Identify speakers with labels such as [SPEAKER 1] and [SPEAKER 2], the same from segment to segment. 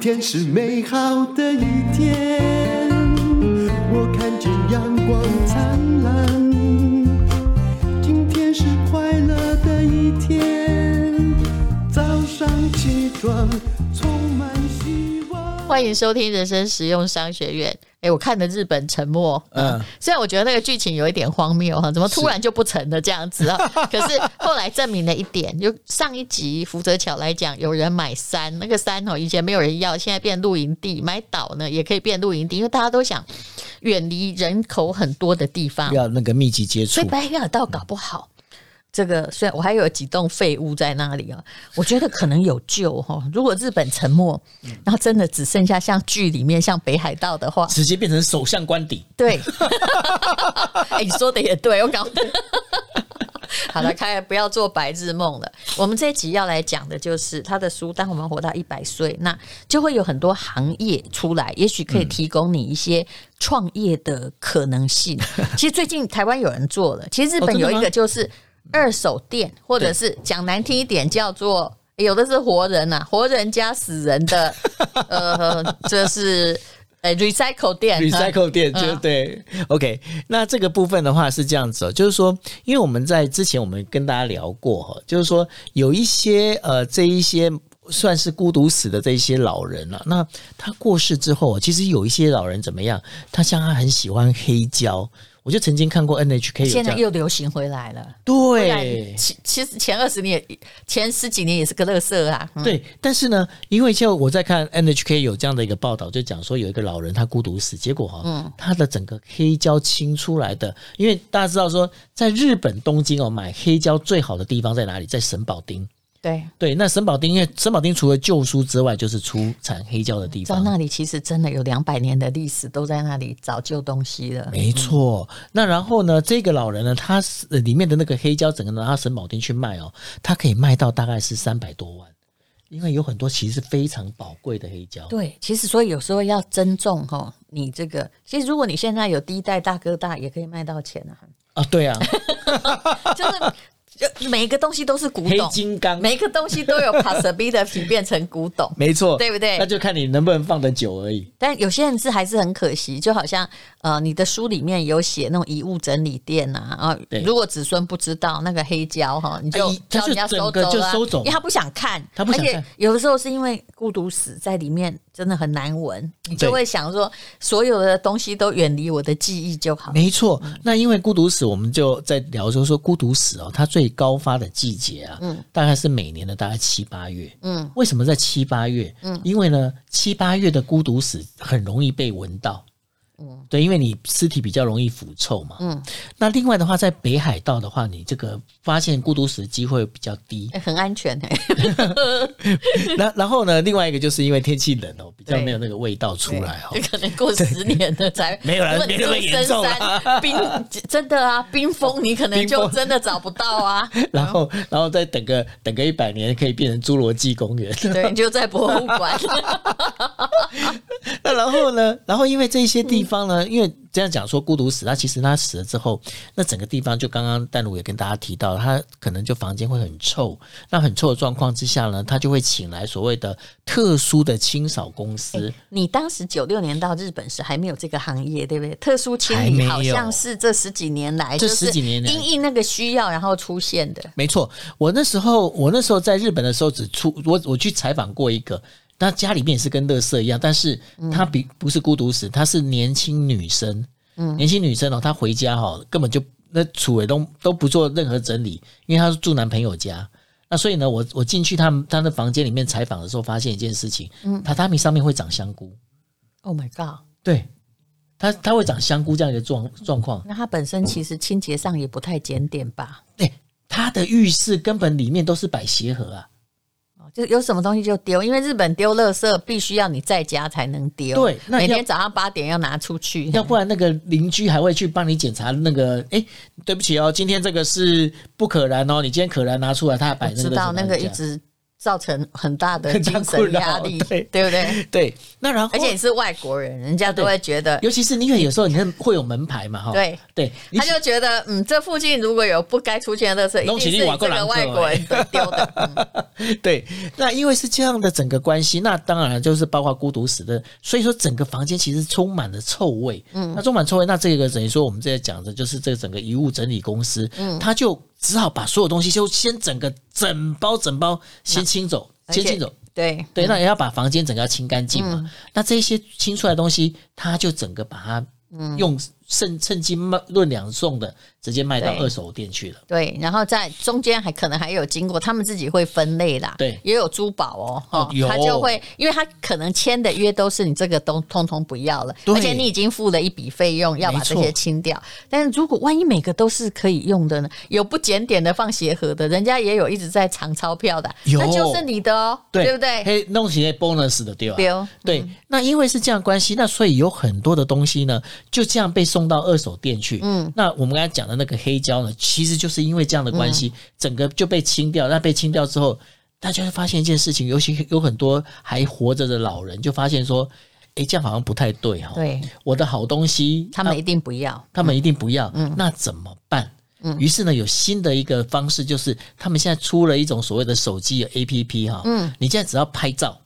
[SPEAKER 1] 天是美好的一天，我看见阳光灿烂。今天是快乐的一天，早上起床充满希望。
[SPEAKER 2] 欢迎收听人生实用商学院。哎，我看的日本沉默，
[SPEAKER 3] 嗯，
[SPEAKER 2] 虽然我觉得那个剧情有一点荒谬哈，怎么突然就不成了这样子啊？ 可是后来证明了一点，就上一集福泽桥来讲，有人买山，那个山哦，以前没有人要，现在变露营地；买岛呢，也可以变露营地，因为大家都想远离人口很多的地方
[SPEAKER 3] 不，要那个密集接
[SPEAKER 2] 所
[SPEAKER 3] 触
[SPEAKER 2] 以。白月道搞不好。这个虽然我还有几栋废屋在那里啊，我觉得可能有救哈、哦。如果日本沉没，然后真的只剩下像剧里面像北海道的话，
[SPEAKER 3] 直接变成首相 官邸，
[SPEAKER 2] 对，哎、你说的也对，我搞不懂。 好了，开不要做白日梦了。我们这一集要来讲的就是他的书。当我们活到一百岁，那就会有很多行业出来，也许可
[SPEAKER 3] 嗯
[SPEAKER 2] 以提供你一些创业的可能性。其实最近台湾有人做了，其实日
[SPEAKER 3] 哦
[SPEAKER 2] 本
[SPEAKER 3] 真的
[SPEAKER 2] 有
[SPEAKER 3] 吗
[SPEAKER 2] 一个就是二手店，或者是讲难听一点叫做。哎有的是活人呐、活人加死人的，呃，这是呃 recycle 店
[SPEAKER 3] recycle 店就
[SPEAKER 2] 嗯
[SPEAKER 3] 对、OK，那这个部分的话是这样子哦，就是说，因为我们在之前我们跟大家聊过哦，就是说有一些呃这一些。呃算是孤独死的这一些老人了、那他过世之后，啊其实有一些老人怎么样？他像他很喜欢黑胶，我就曾经看过 NHK 有这
[SPEAKER 2] 现在
[SPEAKER 3] 样，
[SPEAKER 2] 又流行回来了。不然
[SPEAKER 3] 对，
[SPEAKER 2] 其其实前二十年、前十几年也是个乐色啊。嗯，
[SPEAKER 3] 对，但是呢，因为就我在看 NHK 有这样的一个报道，就讲说有一个老人他孤独死，结果哈、
[SPEAKER 2] 嗯
[SPEAKER 3] 他的整个黑胶清出来的，因为大家知道说，在日本东京哦，买黑胶最好的地方在哪里？在神保町。
[SPEAKER 2] 对，
[SPEAKER 3] 对，那神保町，因为神保町除了旧书之外，就是出产黑胶的地
[SPEAKER 2] 到
[SPEAKER 3] 方。
[SPEAKER 2] 那里其实真的有两百年的历史，都在那里找旧东西了。
[SPEAKER 3] 没错，那然后呢？这个老人呢，他是呃里面的那个黑胶，整个拿到神保町去卖哦，他可以卖到大概是三百多万，因为有很多其实是非常宝贵的黑胶。
[SPEAKER 2] 对，其实所以有时候要珍重哈，你这个其实如果你现在有第一代大哥大，也可以卖到钱啊，
[SPEAKER 3] 啊，对啊，
[SPEAKER 2] 就是每一个东西都是古
[SPEAKER 3] 黑
[SPEAKER 2] 董，
[SPEAKER 3] 金刚，
[SPEAKER 2] 每一个东西都有 possibility 变成古董。
[SPEAKER 3] 没错，
[SPEAKER 2] 对不对
[SPEAKER 3] 那就看你能不能放得久而已。
[SPEAKER 2] 但有些人是还是很可惜，就好像呃，你的书里面有写那种遗物整理店呐、啊，
[SPEAKER 3] 对
[SPEAKER 2] 如果子孙不知道那个黑胶哈，你
[SPEAKER 3] 哎
[SPEAKER 2] 就
[SPEAKER 3] 一
[SPEAKER 2] 叫人家
[SPEAKER 3] 他就
[SPEAKER 2] 收
[SPEAKER 3] 整
[SPEAKER 2] 走
[SPEAKER 3] 个
[SPEAKER 2] 了、
[SPEAKER 3] 就收走
[SPEAKER 2] 因为他不想看，
[SPEAKER 3] 他不想看
[SPEAKER 2] 而且有的时候是因为孤独死在里面真的很难闻，你就
[SPEAKER 3] 对
[SPEAKER 2] 会想说，所有的东西都远离我的记忆就好。
[SPEAKER 3] 没错，嗯那因为孤独死，我们就在聊说说孤独死哦，它最高发的季节啊，
[SPEAKER 2] 嗯
[SPEAKER 3] 大概是每年的大概七八月，嗯，为什么在七八月？嗯，因为呢，七八月的孤独死很容易被闻到，嗯，对，因为你尸体比较容易腐臭嘛，嗯，那另外的话，在北海道的话，你这个发现孤独死的机会比较低，
[SPEAKER 2] 哎很安全哎、
[SPEAKER 3] 那然后呢，另外一个就是因为天气冷哦，比较
[SPEAKER 2] 对
[SPEAKER 3] 没有那个味道出来哦
[SPEAKER 2] 对， 可能过十年了才
[SPEAKER 3] 没有啦
[SPEAKER 2] 如 果你
[SPEAKER 3] 没那么
[SPEAKER 2] 住
[SPEAKER 3] 严重啦
[SPEAKER 2] 深山 冰真的啊，冰封你可能就
[SPEAKER 3] 冰封
[SPEAKER 2] 真的找不到啊。
[SPEAKER 3] 然后然后再等个等个一百年，可以变成侏罗纪公园。
[SPEAKER 2] 对，你就在博物馆。
[SPEAKER 3] 那然后呢？然后因为这些地方呢，因为这样讲说孤独死，那其实他死了之后，那整个地方就刚刚淡如也跟大家提到，他可能就房间会很臭。那很臭的状况之下呢，他就会请来所谓的特殊的清扫公司。
[SPEAKER 2] 你当时九六年到日本时还没有这个行业，对不对？特殊清
[SPEAKER 3] 还
[SPEAKER 2] 理
[SPEAKER 3] 没有
[SPEAKER 2] 好像是这十几年来，
[SPEAKER 3] 这
[SPEAKER 2] 就是
[SPEAKER 3] 十几年来
[SPEAKER 2] 因应那个需要然后出现的。
[SPEAKER 3] 没错，我那时候我那时候在日本的时候，只出我我去采访过一个，那家里面也是跟乐色一样，但是她比不是孤独死，她是年轻女生，年轻女生哦，她回家哈、哦、根本就那储尾都都不做任何整理，因为她是住男朋友家。那所以呢，我我进去他们他的房间里面采访的时候，发现一件事情，榻榻米上面会长香菇，
[SPEAKER 2] Oh my god！
[SPEAKER 3] 对，它它会长香菇这样一个状状况。
[SPEAKER 2] 那它本身其实清洁上也不太检点吧？
[SPEAKER 3] 哎、他的浴室根本里面都是摆鞋盒啊，
[SPEAKER 2] 哦就有什么东西就丢，因为日本丢垃圾必须要你在家才能丢，
[SPEAKER 3] 对那
[SPEAKER 2] 每
[SPEAKER 3] 要
[SPEAKER 2] 天早上八点要拿出去。
[SPEAKER 3] 要不然那个邻居还会去帮你检查那个，哎，对不起哦，今天这个是不可燃哦，你今天可燃拿出来，他还摆
[SPEAKER 2] 我
[SPEAKER 3] 那个
[SPEAKER 2] 知道
[SPEAKER 3] 什么
[SPEAKER 2] 那个
[SPEAKER 3] 架
[SPEAKER 2] 一直造成很大的
[SPEAKER 3] 很大
[SPEAKER 2] 精
[SPEAKER 3] 困
[SPEAKER 2] 神
[SPEAKER 3] 扰
[SPEAKER 2] 压力，
[SPEAKER 3] 对
[SPEAKER 2] 对不对？
[SPEAKER 3] 对，那然后
[SPEAKER 2] 而且你是外国人，人家都会觉得，
[SPEAKER 3] 尤其是你有有时候你看会有门牌嘛哈，
[SPEAKER 2] 对
[SPEAKER 3] 对，你
[SPEAKER 2] 他就觉得，嗯，这附近如果有不该出现的垃圾，
[SPEAKER 3] 拢
[SPEAKER 2] 一
[SPEAKER 3] 是
[SPEAKER 2] 定是
[SPEAKER 3] 你外
[SPEAKER 2] 你
[SPEAKER 3] 国
[SPEAKER 2] 这
[SPEAKER 3] 人
[SPEAKER 2] 个
[SPEAKER 3] 做
[SPEAKER 2] 外国人丢 的。嗯
[SPEAKER 3] 对，那因为是这样的整个关系，那当然就是包括孤独死的，所以说整个房间其实充满了臭味。嗯，那充满臭味，那这个等于说我们这在讲的就是这整个遗物整理公司，嗯，他就只好把所有东西就先整个整包整包先清走，先清走。，
[SPEAKER 2] 嗯而且对
[SPEAKER 3] 对，那也要把房间整个要清干净嘛。那这些清出来的东西，他就整个把它用趁趁斤卖论两送的，直接卖到
[SPEAKER 2] 对
[SPEAKER 3] 二手店去了。
[SPEAKER 2] 对，然后在中间还可能还有经过，他们自己会分类啦，
[SPEAKER 3] 对
[SPEAKER 2] 也有珠宝哦，
[SPEAKER 3] 哦有
[SPEAKER 2] 他就会，因为他可能签的约都是你这个都通通不要了，
[SPEAKER 3] 对
[SPEAKER 2] 而且你已经付了一笔费用要把这
[SPEAKER 3] 没
[SPEAKER 2] 些
[SPEAKER 3] 错
[SPEAKER 2] 清掉，但是如果万一每个都是可以用的呢？有不检点的放鞋盒的，人家也有一直在藏钞票的，
[SPEAKER 3] 有
[SPEAKER 2] 那就是你的哦，
[SPEAKER 3] 对
[SPEAKER 2] 不对？
[SPEAKER 3] 嘿，弄起来 bonus 的对吧？
[SPEAKER 2] 对哦
[SPEAKER 3] 对，那因为是这样关系，那所以有很多的东西呢，就这样被送到二手店去。嗯，那我们刚才讲的那个黑胶呢，其实就是因为这样的关系，整个就被清掉。那被清掉之后，大家就发现一件事情，尤其有很多还活着的老人，就发现说，诶，这样好像不太对哈、
[SPEAKER 2] 对，
[SPEAKER 3] 我的好东西，啊
[SPEAKER 2] 他们一嗯定不要，
[SPEAKER 3] 他们一定不要，那怎么办？
[SPEAKER 2] 嗯
[SPEAKER 3] 于是呢，有新的一个方式，就是他们现在出了一种所谓的手机 A P P 哈，
[SPEAKER 2] 嗯
[SPEAKER 3] 你现在只要拍照，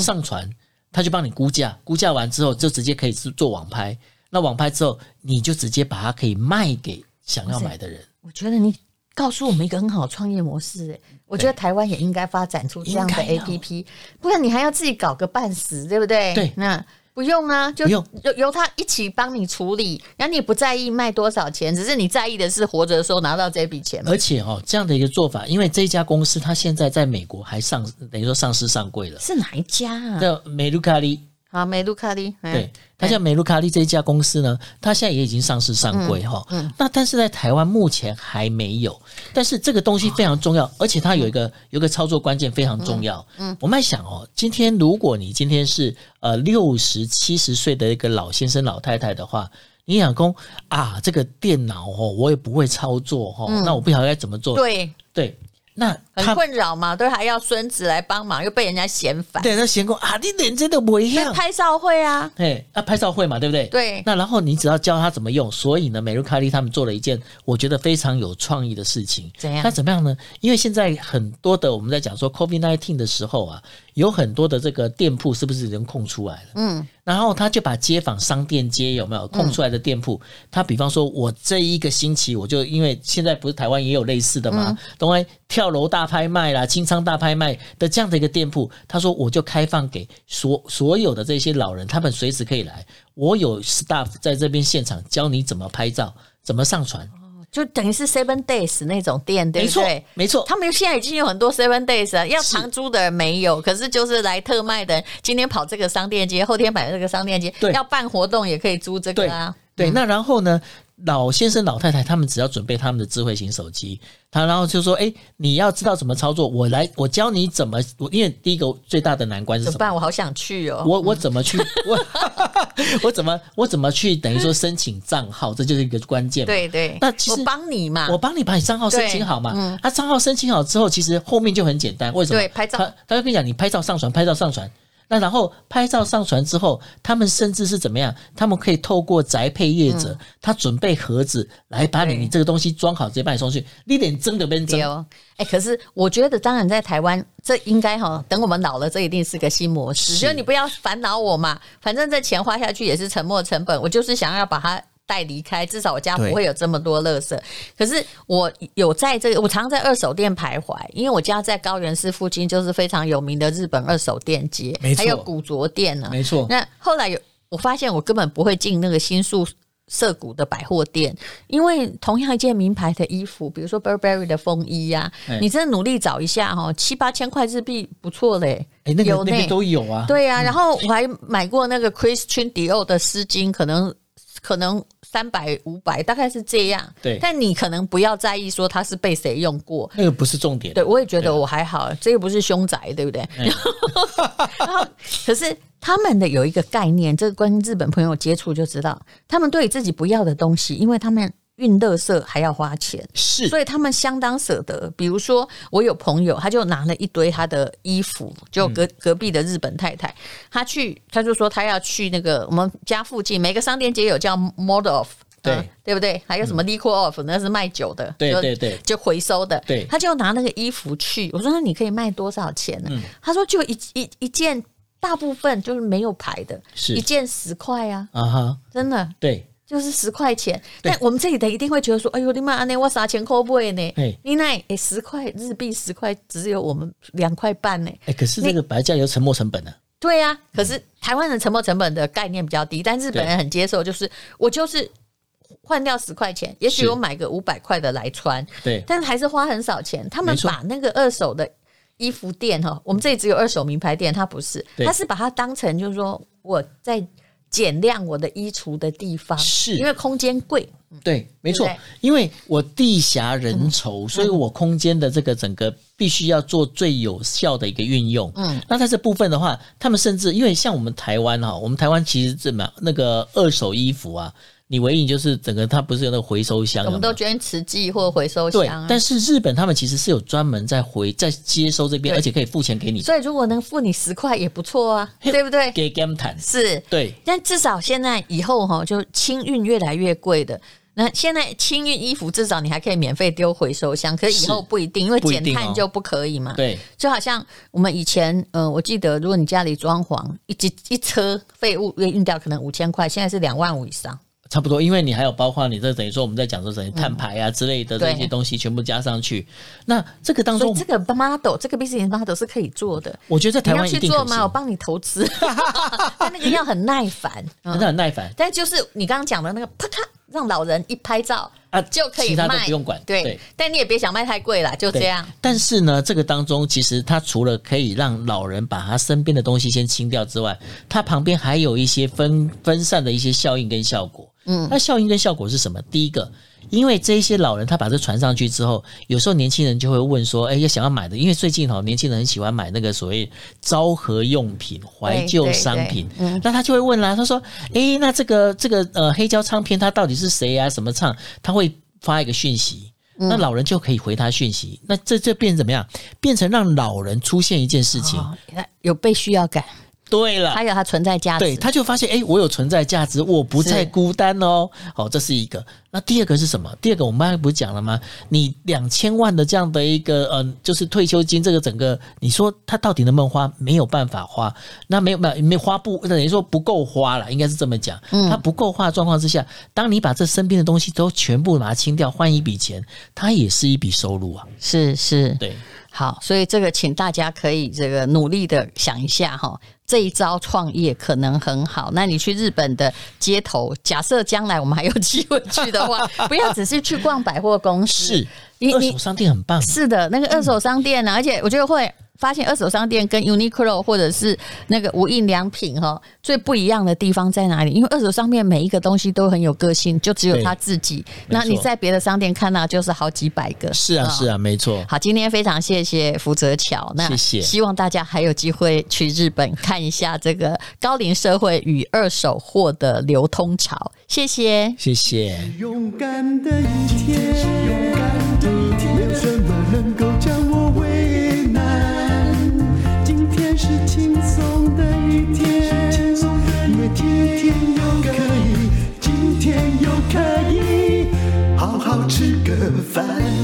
[SPEAKER 3] 上传，他就帮你估价，估价完之后就直接可以做做网拍，那网拍之后你就直接把它可以卖给想要买的人，
[SPEAKER 2] 我觉得你告诉我们一个很好的创业模式、哎，我觉得台湾也应该发展出这样的
[SPEAKER 3] 应该要
[SPEAKER 2] APP，不然你还要自己搞个半死，对不对？
[SPEAKER 3] 对
[SPEAKER 2] 那。不用啊，就
[SPEAKER 3] 不用
[SPEAKER 2] 由由他一起帮你处理，然后你也不在意卖多少钱，只是你在意的是活着的时候拿到这笔钱嘛。
[SPEAKER 3] 而且哦，这样的一个做法，因为这家公司它现在在美国还上，等于说上市上柜了，
[SPEAKER 2] 是哪一家啊？
[SPEAKER 3] 叫美卢卡利
[SPEAKER 2] 好，美露卡利。嗯
[SPEAKER 3] 对，它叫美露卡利这一家公司呢，它现在也已经上市上柜哈、那但是在台湾目前还没有，但是这个东西非常重要，而且它有一个有一个操作关键非常重要。嗯，我们在想哦，今天如果你今天是呃六十七十岁的一个老先生老太太的话。你想工啊，这个电脑哦，我也不会操作哦，那我不晓得该怎么做。
[SPEAKER 2] 对，
[SPEAKER 3] 对，那
[SPEAKER 2] 很
[SPEAKER 3] 他
[SPEAKER 2] 困扰嘛，都还要孙子来帮忙，又被人家嫌烦。
[SPEAKER 3] 对他闲工啊，你连这都不一
[SPEAKER 2] 那
[SPEAKER 3] 样。
[SPEAKER 2] 拍照会啊，
[SPEAKER 3] 哎，那、拍照会嘛，对不对？
[SPEAKER 2] 对
[SPEAKER 3] 那然后你只要教他怎么用，所以呢，美露卡利他们做了一件我觉得非常有创意的事情。
[SPEAKER 2] 怎样
[SPEAKER 3] 那怎么样呢？因为现在很多的我们在讲说 COVID nineteen 的时候啊，有很多的这个店铺是不是已经空出来了？嗯，然后他就把街坊商店街有没有空出来的店铺，他比方说我这一个星期我就因为现在不是台湾也有类似的
[SPEAKER 2] 嗯
[SPEAKER 3] 嘛，东安跳楼大拍卖啦、清仓大拍卖的这样的一个店铺，他说我就开放给所所有的这些老人，他们随时可以来，我有 staff 在这边现场教你怎么拍照，怎么上传，
[SPEAKER 2] 就等于是 Seven Days 那种店，对
[SPEAKER 3] 没
[SPEAKER 2] 不
[SPEAKER 3] 错
[SPEAKER 2] 对？，
[SPEAKER 3] 没错，
[SPEAKER 2] 他们现在已经有很多 Seven Days 了，要长租的人没有，可是就是来特卖的人，今天跑这个商店街，后天买这个商店街
[SPEAKER 3] 对，
[SPEAKER 2] 要办活动也可以租这个啊。
[SPEAKER 3] 对，那然后呢，老先生、老太太他们只要准备他们的智慧型手机，他然后就说：“哎，你要知道怎么操作，我来，我教你怎么。我因为第一个最大的难关是
[SPEAKER 2] 怎
[SPEAKER 3] 什
[SPEAKER 2] 么
[SPEAKER 3] 么？
[SPEAKER 2] 办？我好想去哦。
[SPEAKER 3] 我我怎么去我 我怎么我怎么去等于说申请账号，这就是一个关键嘛。
[SPEAKER 2] 对对，
[SPEAKER 3] 那其实
[SPEAKER 2] 我帮你嘛
[SPEAKER 3] 我。帮你把你账号申请好嘛。他账、号申请好之后，其实后面就很简单。为什
[SPEAKER 2] 嗯
[SPEAKER 3] 么？
[SPEAKER 2] 对拍照
[SPEAKER 3] 他他就跟你讲，你拍照上传，拍照上传。那然后拍照上传之后，他们甚至是怎么样？他们可以透过宅配业者，他准备盒子来把你
[SPEAKER 2] 嗯对
[SPEAKER 3] 你这个东西装好，直接把你送去。你连蒸的边蒸
[SPEAKER 2] 对，哦，哎、可是我觉得，当然在台湾，这应该哈，等我们老了，这一定是个新模式。
[SPEAKER 3] 是
[SPEAKER 2] 就是你不要烦恼我嘛，反正这钱花下去也是沉没成本，我就是想要把它。带离开，至少我家
[SPEAKER 3] 对
[SPEAKER 2] 不会有这么多垃圾。可是我有在这个，我常在二手店徘徊，因为我家在高原市附近，就是非常有名的日本二手店街，
[SPEAKER 3] 没错
[SPEAKER 2] 还有古着店呢、啊
[SPEAKER 3] 没错
[SPEAKER 2] 那后来有我发现，我根本不会进那个新宿涩谷的百货店，因为同样一件名牌的衣服，比如说 Burberry 的风衣呀、
[SPEAKER 3] 哎
[SPEAKER 2] 你真的努力找一下哦，七八千块日币不错嘞，
[SPEAKER 3] 哎、那
[SPEAKER 2] 有
[SPEAKER 3] 个
[SPEAKER 2] 呢
[SPEAKER 3] 那边都有啊。
[SPEAKER 2] 对呀、然后我还买过那个 Christian Dior 的丝巾，可能可能三百五百，大概是这样。
[SPEAKER 3] 对
[SPEAKER 2] 但你可能不要在意说它是被谁用过。
[SPEAKER 3] 那个不是重点。啊
[SPEAKER 2] 对，我也觉得我还好，这又不是凶宅，对不对？
[SPEAKER 3] 哎
[SPEAKER 2] 然后，可是他们的有一个概念，这跟日本朋友接触就知道，他们对于自己不要的东西，因为他们运垃圾还要花钱，
[SPEAKER 3] 是
[SPEAKER 2] 所以他们相当舍得。比如说，我有朋友，他就拿了一堆他的衣服，就隔
[SPEAKER 3] 嗯
[SPEAKER 2] 隔壁的日本太太，她去，她就说她要去那个我们家附近每个商店街有叫 Model Off。
[SPEAKER 3] 对嗯
[SPEAKER 2] 啊对不对？还有什么 liquor off，、那是卖酒的，
[SPEAKER 3] 对
[SPEAKER 2] 就
[SPEAKER 3] 对对
[SPEAKER 2] 就回收的。
[SPEAKER 3] 对
[SPEAKER 2] 他就拿那个衣服去，我说那你可以卖多少钱
[SPEAKER 3] 嗯
[SPEAKER 2] 呢？他说就一一一件，大部分就是没有牌的，
[SPEAKER 3] 是
[SPEAKER 2] 一件十块啊，
[SPEAKER 3] 啊哈，
[SPEAKER 2] 真的。
[SPEAKER 3] 对，
[SPEAKER 2] 就是十块钱，
[SPEAKER 3] 对
[SPEAKER 2] 但我们这里的一定会觉得说：“哎呦，你妈安内我啥钱扣不呢
[SPEAKER 3] 嘿？
[SPEAKER 2] 你那哎十块日币十块，只有我们两块半呢。
[SPEAKER 3] 哎，可是这个白酱油沉没成本呢、”
[SPEAKER 2] 对啊，可是台湾人沉没成本的概念比较低，但日本
[SPEAKER 3] 对
[SPEAKER 2] 人很接受，就是我就是换掉十块钱，也许
[SPEAKER 3] 是
[SPEAKER 2] 我买个五百块的来穿，
[SPEAKER 3] 对，
[SPEAKER 2] 但是还是花很少钱。他们
[SPEAKER 3] 没错
[SPEAKER 2] 把那个二手的衣服店哈，我们这里只有二手名牌店，它不是，
[SPEAKER 3] 对
[SPEAKER 2] 它是把它当成就是说我在减量我的衣橱的地方，
[SPEAKER 3] 是
[SPEAKER 2] 因为空间贵。
[SPEAKER 3] 对，没错
[SPEAKER 2] 对嗯不对，
[SPEAKER 3] 因为我地狭人稠，所以我空间的这个整个必须要做最有效的一个运用。嗯，那在这部分的话，他们甚至因为像我们台湾哈，我们台湾其实这么那个二手衣服啊，你唯一就是整个它不是有那个回收箱
[SPEAKER 2] 我
[SPEAKER 3] 的
[SPEAKER 2] 们都
[SPEAKER 3] 吗？
[SPEAKER 2] 捐慈济或回收
[SPEAKER 3] 嗯对
[SPEAKER 2] 箱、啊，。
[SPEAKER 3] 但是日本他们其实是有专门在回在接收这边，
[SPEAKER 2] 对
[SPEAKER 3] 而且可以付钱给你，
[SPEAKER 2] 所以如果能付你十块也不错啊，
[SPEAKER 3] 嘿
[SPEAKER 2] 对不对？
[SPEAKER 3] 给 Game 谈。
[SPEAKER 2] 是，
[SPEAKER 3] 对，
[SPEAKER 2] 但至少现在以后哈，就清运越来越贵的。那现在清运衣服至少你还可以免费丢回收箱，可是以后
[SPEAKER 3] 是
[SPEAKER 2] 不一定，因为
[SPEAKER 3] 不一
[SPEAKER 2] 减
[SPEAKER 3] 定
[SPEAKER 2] 碳
[SPEAKER 3] 哦
[SPEAKER 2] 就不可以嘛。
[SPEAKER 3] 对，
[SPEAKER 2] 就好像我们以前，呃，我记得如果你家里装潢一一一车废物运掉，可能五千块，现在是两万五以上。
[SPEAKER 3] 差不多，因为你还有包括你这等于说我们在讲说等于碳排啊之类的
[SPEAKER 2] 嗯对
[SPEAKER 3] 这些东西全部加上去，那这个当
[SPEAKER 2] 所以这
[SPEAKER 3] 中
[SPEAKER 2] 个 model 这个 business model 是可以做的。
[SPEAKER 3] 我觉得在
[SPEAKER 2] 你
[SPEAKER 3] 台
[SPEAKER 2] 要
[SPEAKER 3] 湾
[SPEAKER 2] 去
[SPEAKER 3] 一定
[SPEAKER 2] 做
[SPEAKER 3] 可
[SPEAKER 2] 吗？我
[SPEAKER 3] 行，
[SPEAKER 2] 帮你投 资，但那个要很耐烦。嗯
[SPEAKER 3] 真的很耐烦
[SPEAKER 2] 但就是你刚刚讲的那个啪咔，让老人一拍照
[SPEAKER 3] 啊，
[SPEAKER 2] 就可以
[SPEAKER 3] 其他都
[SPEAKER 2] 卖，
[SPEAKER 3] 不用管。
[SPEAKER 2] 对，但你也别想卖太贵啦，就
[SPEAKER 3] 对
[SPEAKER 2] 这样。
[SPEAKER 3] 但是呢，这个当中其实它除了可以让老人把他身边的东西先清掉之外，它旁边还有一些分分散的一些效应跟效果。嗯，那效应跟效果是什么？第一个。因为这一些老人他把这传上去之后，有时候年轻人就会问说：“哎，要想要买的，因为最近哈年轻人很喜欢买那个所谓昭和用品、怀旧
[SPEAKER 2] 对
[SPEAKER 3] 商品。”那他就会问啦，他说：“哎，那这个这个呃黑胶唱片它到底是谁啊？什么唱？”他会发一个讯息，那老人就可以回他讯息。那这这变成怎么样？变成让老人出现一件事情。
[SPEAKER 2] 哦，有被需要感，
[SPEAKER 3] 对了
[SPEAKER 2] 还。有它存在价值。
[SPEAKER 3] 啊对，他就发现，哎、我有存在价值，我不再
[SPEAKER 2] 是
[SPEAKER 3] 孤单哦。哦，这是一个。那第二个是什么？第二个我们刚才不是讲了吗？你两千万的这样的一个，嗯、就是退休金，这个整个，你说他到底能不能花？没有办法花，那没有没有没有花不等于说不够花了，应该是这么讲。
[SPEAKER 2] 嗯
[SPEAKER 3] 他不够花的状况之下，当你把这身边的东西都全部把它清掉，换一笔钱，它也是一笔收入啊。
[SPEAKER 2] 是是，
[SPEAKER 3] 对，
[SPEAKER 2] 好，所以这个请大家可以这个努力的想一下哈，这一招创业可能很好。那你去日本的街头，假设将来我们还有机会去的 话，不要只是去逛百货公司，
[SPEAKER 3] 是
[SPEAKER 2] 你
[SPEAKER 3] 二
[SPEAKER 2] 你
[SPEAKER 3] 手商店很棒。
[SPEAKER 2] 是的，那个二手商
[SPEAKER 3] 嗯
[SPEAKER 2] 店呢、啊而且我觉得会发现二手商店跟 Uniqlo 或者是那个无印良品哈、最不一样的地方在哪里？因为二手商店每一个东西都很有个性，就只有
[SPEAKER 3] 对
[SPEAKER 2] 他自己。
[SPEAKER 3] 没
[SPEAKER 2] 那你
[SPEAKER 3] 错
[SPEAKER 2] 在别的商店看到就是好几百个。
[SPEAKER 3] 是啊，
[SPEAKER 2] 嗯
[SPEAKER 3] 是啊，没错。
[SPEAKER 2] 好，今天非常谢谢福泽桥，那
[SPEAKER 3] 谢谢
[SPEAKER 2] 希望大家还有机会去日本看一下这个高龄社会与二手货的流通潮，谢谢。
[SPEAKER 3] 谢谢。
[SPEAKER 1] 勇敢的一天，勇敢的一天，没有什么能够将我为难。今天是轻松的一天，因为今天又可以，今天又可以好好吃个饭。